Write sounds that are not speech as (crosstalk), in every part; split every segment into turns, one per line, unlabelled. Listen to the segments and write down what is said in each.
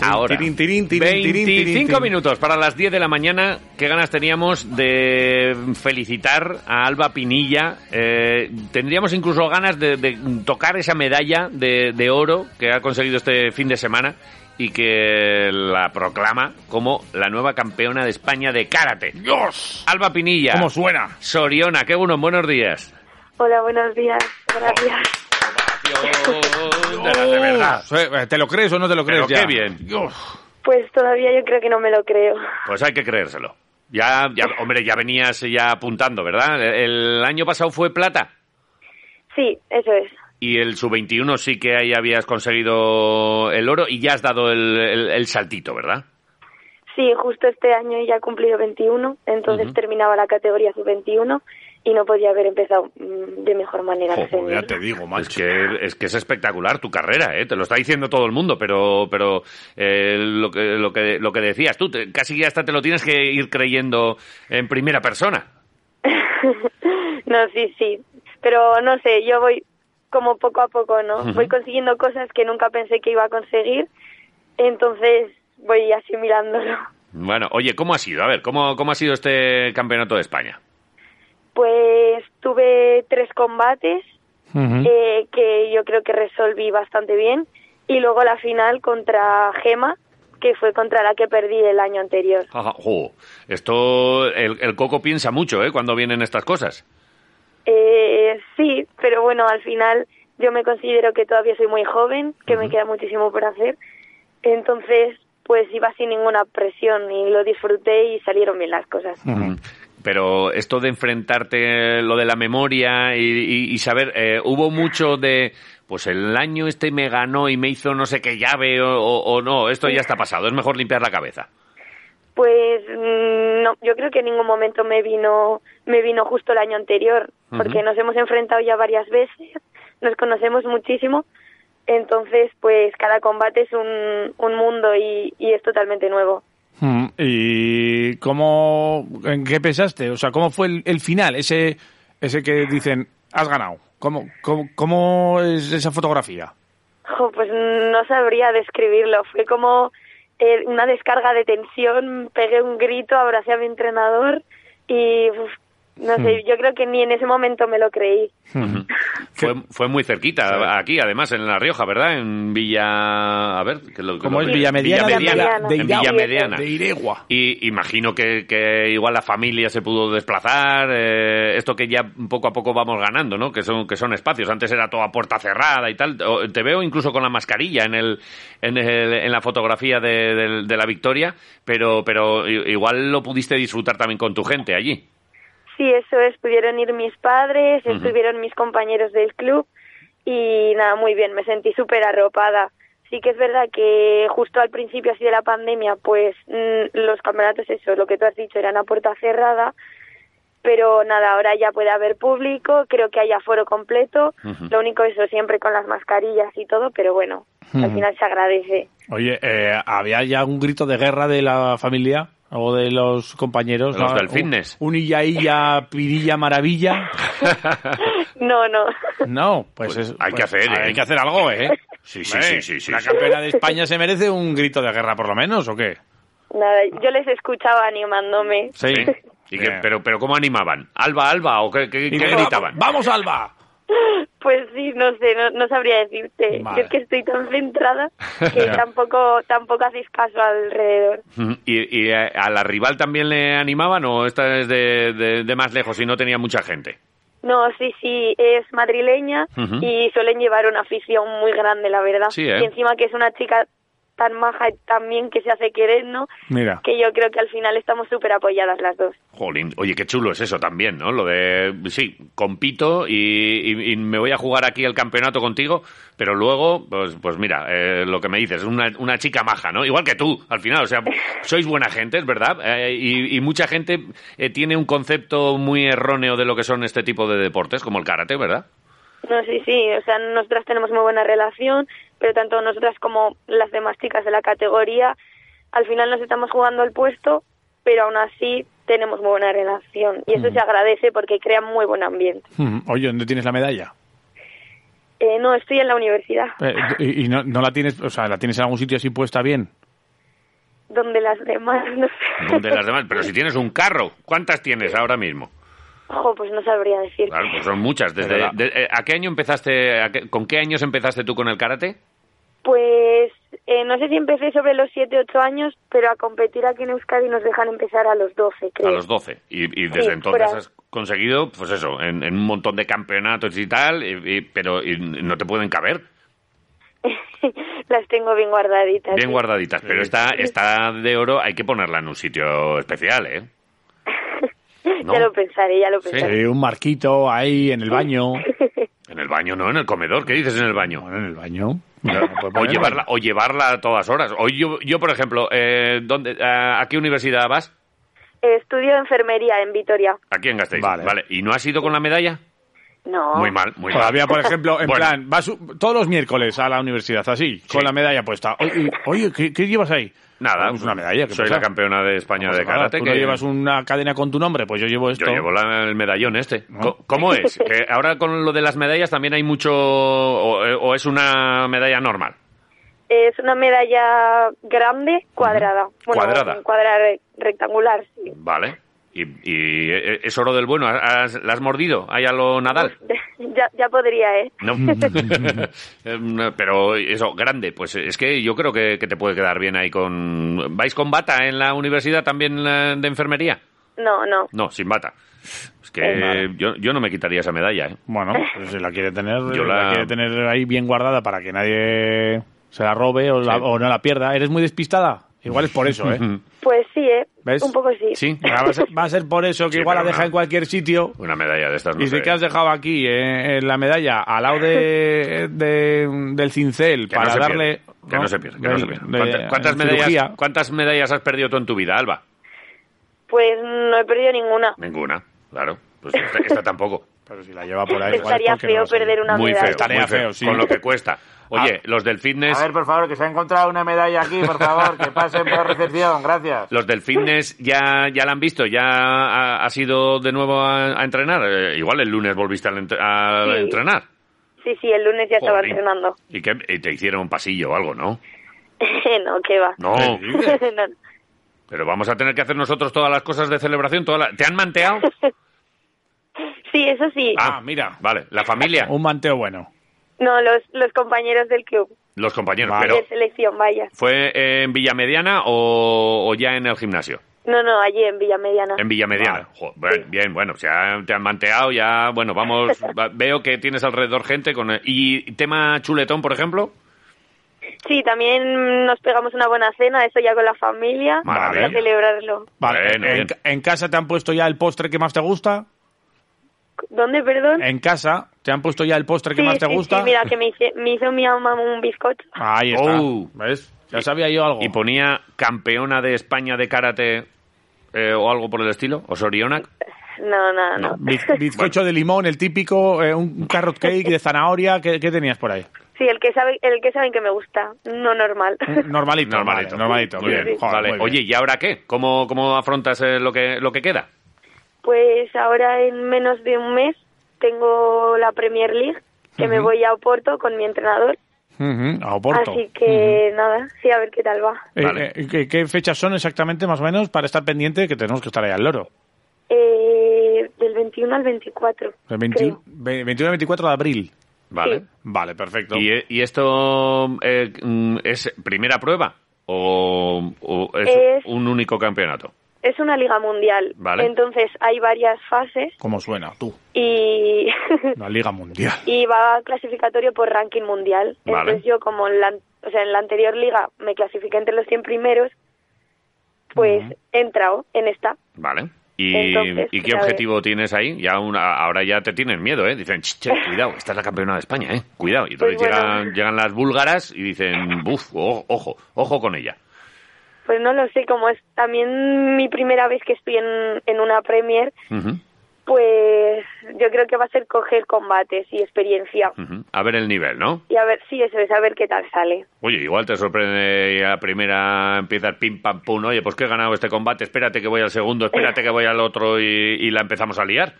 ahora.
tirín, tirín, tirín, tirín, tirín,
25
tirín.
minutos para las 10 de la mañana. Qué ganas teníamos de felicitar a Alba Pinilla. Eh, tendríamos incluso ganas de, de tocar esa medalla de, de oro que ha conseguido este fin de semana y que la proclama como la nueva campeona de España de karate.
¡Dios!
Alba Pinilla.
¿Cómo suena?
Soriona, qué bueno, buenos días.
Hola, buenos días. Gracias.
de verdad.
Eh, ¿Te lo crees o no te lo
Oh. Pero
crees ya?
qué bien.
Dios.
Pues todavía yo creo que no me lo creo.
Pues hay que creérselo. Ya, ya, hombre, ya venías ya apuntando, ¿verdad? El año pasado fue plata
Sí, eso es.
y el sub-21 sí que ahí habías conseguido el oro y ya has dado el, el- el saltito, ¿verdad?
Sí, justo este año ya he cumplido 21, entonces terminaba la categoría sub-21 y no podía haber empezado mm, de mejor manera. que
Joder, ya
femenino.
te digo,
Es
macho.
que, es que es espectacular tu carrera, ¿eh? Te lo está diciendo todo el mundo, pero, pero eh, lo, que, lo, que, lo que decías tú, te- casi hasta te lo tienes que ir creyendo en primera persona.
(laughs) no, sí, sí. Pero no sé, yo voy como poco a poco, ¿no?
Ujú.
Voy consiguiendo cosas que nunca pensé que iba a conseguir, entonces voy asimilándolo.
Bueno, oye, ¿cómo ha sido? A ver, ¿cómo, cómo ha sido este campeonato de España?
Pues tuve tres combates
Ujú.
eh, que yo creo que resolví bastante bien. Y luego la final contra Gema, que fue contra la que perdí el año anterior.
Ajá, jo. Esto, el, el coco piensa mucho, ¿eh? Cuando vienen estas cosas.
Eh, sí, pero bueno, al final yo me considero que todavía soy muy joven, que me queda muchísimo por hacer. Entonces, pues iba sin ninguna presión y lo disfruté y salieron bien las cosas.
Mm. Pero esto de enfrentarte, lo de la memoria y, y- y saber, eh, hubo mucho de, pues el año este me ganó y me hizo no sé qué llave o, o- o no, esto ya está pasado, es mejor limpiar la cabeza.
Pues mm, no, yo creo que en ningún momento me vino, me vino justo el año anterior,
Ujú.
porque nos hemos enfrentado ya varias veces, nos conocemos muchísimo, entonces pues cada combate es un, un mundo y, y es totalmente nuevo. (laughs)
Mm, ¿Y cómo, en qué pensaste? O sea, ¿cómo fue el, el final? Ese, ese que dicen, has ganado. ¿Cómo, cómo, cómo es esa fotografía?
Jo, pues no sabría describirlo, fue como eh, una descarga de tensión, pegué un grito, abracé a mi entrenador y uf, no sé, yo creo que ni en ese momento me lo creí.
Fue, fue muy cerquita, aquí además, en La Rioja, ¿verdad? En Villa... A ver, que lo- que
¿Cómo
lo-
es Villamediana?
Villamediana,
De
en
Irao.
Villamediana.
De Iregua.
Y imagino que, que igual la familia se pudo desplazar, eh, esto que ya poco a poco vamos ganando, ¿no? Que son, que son espacios. Antes era toda puerta cerrada y tal. O- Te veo incluso con la mascarilla en, el, en, el- en la fotografía de, del- de la victoria, pero, pero i- igual lo pudiste disfrutar también con tu gente allí.
Sí, eso es. Pudieron ir mis padres,
Ujú.
estuvieron mis compañeros del club y nada, muy bien, me sentí súper arropada. Sí que es verdad que justo al principio así de la pandemia, pues mm, los campeonatos, eso, lo que tú has dicho, eran a puerta cerrada, pero nada, ahora ya puede haber público, creo que hay aforo completo,
Ujú.
lo único eso, siempre con las mascarillas y todo, pero bueno, al
Ujú.
final se agradece.
Oye, eh, ¿había ya un grito de guerra de la familia? O de los compañeros.
Los
¿no?
del
Un-
fitness.
Un, illa, illa, pirilla, maravilla.
No, (laughs) no.
No, pues,
Pues
es-
hay que
pues,
hacer,
a ver,
¿eh?
hay que hacer algo, ¿eh?
Sí, sí, sí,
Hombre,
sí, sí,
La
sí.
campeona de España se merece un grito de guerra, por lo menos, ¿o qué?
Nada, yo les escuchaba animándome.
Sí.
¿Eh? ¿Y qué-
Bien.
pero, pero ¿cómo animaban? ¿Alba, Alba? ¿O qué, qué-
Y
qué
digo,
gritaban?
¡Vamos, Alba!
Pues sí, no sé, no, no sabría decirte.
Vale.
Yo es que estoy tan centrada
(laughs)
que
Ya.
tampoco tampoco hacéis caso alrededor.
¿Y, y a, a la rival también le animaban o esta es de, de- de más lejos y no tenía mucha gente?
No, sí, sí, es madrileña
Ujú.
y suelen llevar una afición muy grande, la verdad.
Sí, ¿eh?
Y encima que es una chica tan maja y tan bien que se hace querer, ¿no?
Mira.
Que yo creo que al final estamos súper apoyadas las dos.
Jolín, oye, qué chulo es eso también, ¿no? Lo de, sí, compito y, y- y me voy a jugar aquí el campeonato contigo, pero luego, pues, pues mira, eh, lo que me dices, una, una chica maja, ¿no? Igual que tú, al final, o sea, sois buena gente, es verdad, Eh, y, y mucha gente eh, tiene un concepto muy erróneo de lo que son este tipo de deportes, como el karate, ¿verdad?
No, sí, sí, o sea, nosotras tenemos muy buena relación, pero tanto nosotras como las demás chicas de la categoría, al final nos estamos jugando el puesto, pero aún así tenemos muy buena relación y
Mm.
eso se agradece porque crea muy buen ambiente.
Mm, Oye, ¿dónde tienes la medalla?
Eh, no, estoy en la universidad.
Eh, ¿Y, y no, no la tienes, o sea, la tienes en algún sitio así puesta bien?
donde las demás, (laughs) no sé.
De las demás. Pero si tienes un carro, ¿cuántas tienes ahora mismo?
Ojo, pues no sabría decir.
Claro, pues son muchas. Desde,
Pero la-
de- eh, ¿A qué año empezaste? a qué- ¿Con qué años empezaste tú con el karate?
Pues eh, no sé si empecé sobre los 7, 8 años, pero a competir aquí en Euskadi nos dejan empezar a los 12, creo.
A los 12. Y, y desde
Sí,
entonces
fuera.
has conseguido, pues eso, en, en un montón de campeonatos y tal, y- y- pero y no te pueden caber.
(laughs) Las tengo bien guardaditas.
Bien
sí.
guardaditas. Pero
Sí.
esta, esta de oro hay que ponerla en un sitio especial, ¿eh? ¿no?
(laughs) Ya lo pensaré, ya lo
Sí.
pensaré.
Sí, un marquito ahí en el baño.
En el baño, no, en el comedor. ¿Qué dices en el baño?
Bueno, pues en el baño.
O llevarla, o llevarla a todas horas. O yo, yo por ejemplo, eh, ¿dónde, a, a qué universidad vas?
Eh, Estudio enfermería en Vitoria.
Aquí en Gasteiz. Vale.
Vale.
¿Y no has ido con la medalla?
No.
Muy mal, muy mal.
Todavía, por ejemplo, en
Bueno.
plan, vas u- todos los miércoles a la universidad, así, con la medalla puesta. Oye, oye, ¿qué, qué llevas ahí?
Nada.
Pues una medalla. ¿qué
Soy
pasa?
la campeona de España
No pasa
de
nada,
karate.
¿Tú no llevas una cadena con tu nombre? Pues yo llevo esto.
Yo llevo la- el medallón este.
¿No?
Co- ¿Cómo es? Que ahora con lo de las medallas también hay mucho... O, eh, o es una medalla normal?
Es una medalla grande, cuadrada. Bueno,
Cuadrada.
cuadra re- rectangular, sí.
Vale. ¿Y, y, eh, es oro del bueno? ¿Has- ¿La has mordido? ¿Hay a lo Nadal?
(laughs) ya, ya podría, ¿eh?
No. (laughs) Eh, no, Pero eso, grande, pues es que yo creo que, que te puede quedar bien ahí con... ¿Vais con bata en la universidad también eh, de enfermería?
No, no.
No, sin bata. Es que
Eh, vale.
eh, yo, yo no me quitaría esa medalla, ¿eh?
(laughs)
Bueno, pues si la quiere tener,
Yo
la...
la-
quiere tener ahí bien guardada para que nadie se la robe o, la-
Sí.
o no la pierda. ¿Eres muy despistada? Igual es por eso,
(laughs)
¿eh?
Pues sí, ¿eh?
¿Ves?
Un poco
(laughs)
sí.
Sí,
Ah, va, a ser, va a ser por eso que
Sí,
igual la
pero
deja
no.
en cualquier sitio.
una medalla de estas no
Y
sé.
sí que has dejado aquí eh, en la medalla al lado de, de- del cincel
Que no
para
se
darle.
pierde, que no se pierde, que no
Del-
se pierde.
de-
¿Cuántas, cuántas medallas,
cirugía.
¿Cuántas medallas has perdido tú en tu vida, Alba?
Pues no he perdido ninguna.
Ninguna, claro.
(laughs)
Pues esta, esta tampoco.
Pero si la lleva por ahí. igual es
Estaría
porque no
feo
la sabe.
perder una
muy feo,
medalla.
Estaría
muy feo,
feo, sí.
con lo que
(laughs)
cuesta. Oye, los del fitness...
A ver, por favor, que se ha encontrado una medalla aquí, por favor, que pasen por recepción, gracias.
Los del fitness ya, ya la han visto, ya ha, has ido de nuevo a, a entrenar. Eh, igual el lunes volviste al entre- a,
Sí.
entrenar.
Sí, sí, el lunes ya estaba
Jolín.
entrenando. (laughs)
¿Y, que, te hicieron un pasillo o algo, ¿no?
no, que va. (laughs)
No.
No, no.
Pero vamos a tener que hacer nosotros todas las cosas de celebración. Toda la- ¿Te han
(laughs)
manteado?
Sí, eso sí.
Ah,
mira.
Vale, la familia,
Un manteo bueno.
No, los, los compañeros del club.
los compañeros.
Vale.
Ah, Pero
De selección, vaya.
¿fue en Villamediana o, o ya en el gimnasio?
No, no, allí en Villamediana.
En Villamediana.
Vale.
Jo, bien, bien, bueno, si ya te han manteado, ya, bueno,
(laughs)
vamos, va- veo que tienes alrededor gente con... ¿Y tema chuletón, por ejemplo?
Sí, también nos pegamos una buena cena, eso ya con la familia,
Maravilla.
para celebrarlo.
Vale,
Bueno,
en,
bien.
en casa te han puesto ya el postre que más te gusta.
¿Dónde, perdón?
En casa te han puesto ya el postre que
sí,
Eh, más te
sí,
gusta.
sí, mira, que me, hice- me hizo mi mamá un bizcocho.
Ahí está.
Oh.
¿Ves? Ya sabía yo algo.
y ponía campeona de España de karate eh, o algo por el estilo, o Sorionak.
No, no, no. (laughs)
Biz- Bizcocho de limón, el típico, eh, un carrot cake de zanahoria. ¿Qué, qué tenías por ahí?
Sí, el que, sabe, el que saben que me gusta, no normal.
Normalito.
Normalito.
vale, normalito.
Muy bien,
Joder,
vale.
muy bien.
Oye, ¿y ahora qué? ¿Cómo, cómo afrontas eh, lo, que, lo que queda?
(laughs) Pues ahora en menos de un mes tengo la Premier League, que me voy a Oporto con mi entrenador.
Ujú, a Oporto.
Así que nada, sí, a ver qué tal va.
Eh,
Vale.
eh, ¿qué, qué fechas son exactamente, más o menos, para estar pendiente que tenemos que estar ahí al loro?
Eh, del 21 al 24.
El 21
creo.
ve- 21 y 24 de abril.
Vale.
Sí.
Vale, perfecto.
¿Y, eh, y esto eh, mm, es primera prueba o, o es,
Es-
un único campeonato?
Es una liga mundial,
Vale.
entonces hay varias fases
¿Cómo suena? Tú,
y, (laughs)
la Liga Mundial.
y va clasificatorio por ranking mundial.
Vale.
Entonces yo como en la, an- o sea, en la anterior liga me clasifiqué entre los 100 primeros, pues he entrado en esta.
Vale. ¿Y,
Entonces,
¿y qué
pues, a ver.
objetivo tienes ahí? Ya una- ahora ya te tienen miedo, ¿eh? Dicen, "Ch, che, cuidado, esta es la campeona de España, ¿eh? Cuidado. Y entonces
Pues bueno.
llegan, llegan las búlgaras y dicen, buf, o- ojo, ojo con ella.
Pues no lo sé, como es también mi primera vez que estoy en, en una Premier,
Ujú.
pues yo creo que va a ser coger combates y experiencia.
Ujú. A ver el nivel, ¿no?
Y a ver, sí, eso es, a ver qué tal sale.
Oye, igual te sorprende y a la primera empiezas pim pam pum, oye, pues que he ganado este combate, espérate que voy al segundo,
Eh.
espérate que voy al otro y, y la empezamos a liar.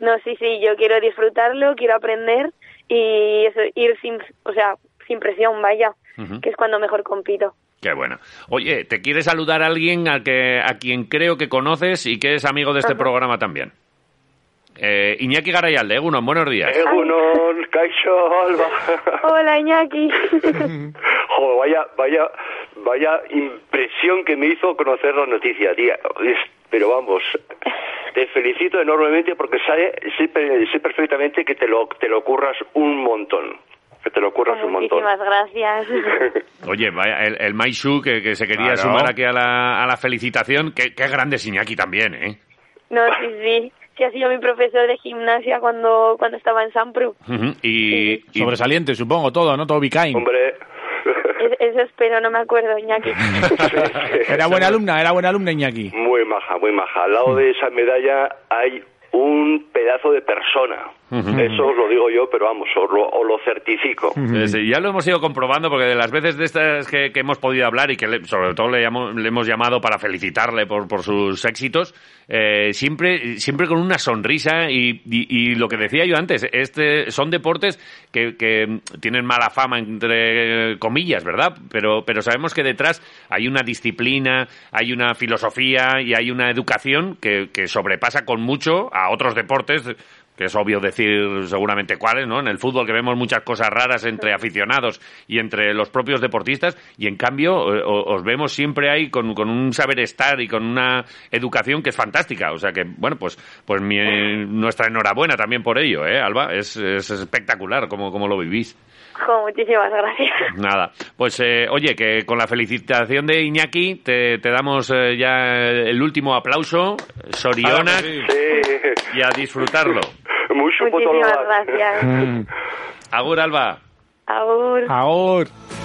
No, sí, sí, yo quiero disfrutarlo, quiero aprender y eso, ir sin, o sea, sin presión, vaya,
Ujú.
que es cuando mejor compito.
Qué bueno. Oye, ¿te quiere saludar alguien a, que, a quien creo que conoces y que es amigo de este programa también? Eh, Iñaki Garayalde, Egunon, buenos días.
Eh. Egunon, Caixo, Alba.
(laughs) Hola, Iñaki.
Jo, vaya, vaya, vaya impresión que me hizo conocer la noticia, tía. Es- Pero vamos, te felicito enormemente porque sabe, sé, per- sé perfectamente que te lo, te lo curras un montón. Que te lo curras un montón.
Muchísimas gracias.
Oye, vaya, el, el Maishu que, que se quería
Claro.
sumar aquí a la, a la felicitación, qué, qué grande es Iñaki también, ¿eh?
No, sí, sí. Sí, ha sido mi profesor de gimnasia cuando, cuando estaba en Sampru.
Ujú, Y, y-
Sobresaliente, supongo, todo, ¿no? Todo Bicain.
Hombre. (laughs)
Es- eso espero, no me acuerdo, Iñaki.
Era buena alumna, era buena alumna Iñaki.
Muy maja, muy maja. Al lado de esa medalla hay un pedazo de persona. Eso os lo digo yo, pero vamos, os lo, os lo certifico.
eh, sí, ya lo hemos ido comprobando porque de las veces de estas que, que hemos podido hablar y que le- sobre todo le, llamo- le hemos llamado para felicitarle por, por sus éxitos, eh, siempre, siempre con una sonrisa y, y- y lo que decía yo antes, este son deportes que, que tienen mala fama entre comillas, ¿verdad? Pero, pero sabemos que detrás hay una disciplina, hay una filosofía y hay una educación que, que sobrepasa con mucho a otros deportes que es obvio decir seguramente cuáles, ¿no? En el fútbol que vemos muchas cosas raras entre aficionados y entre los propios deportistas y en cambio eh, o- os vemos siempre ahí con, con un saber estar y con una educación que es fantástica, o sea que bueno, pues pues mi, eh, nuestra enhorabuena también por ello, ¿eh, Alba? Es, es espectacular como como lo vivís.
Jo, muchísimas gracias.
Nada, pues eh, oye, que con la felicitación de Iñaki te, te damos eh, ya el último aplauso, Soriona,
Sí.
y a disfrutarlo.
Mucho puto
Muchísimas
lugar.
gracias.
Agur, Alba.
Agur.
Ahora.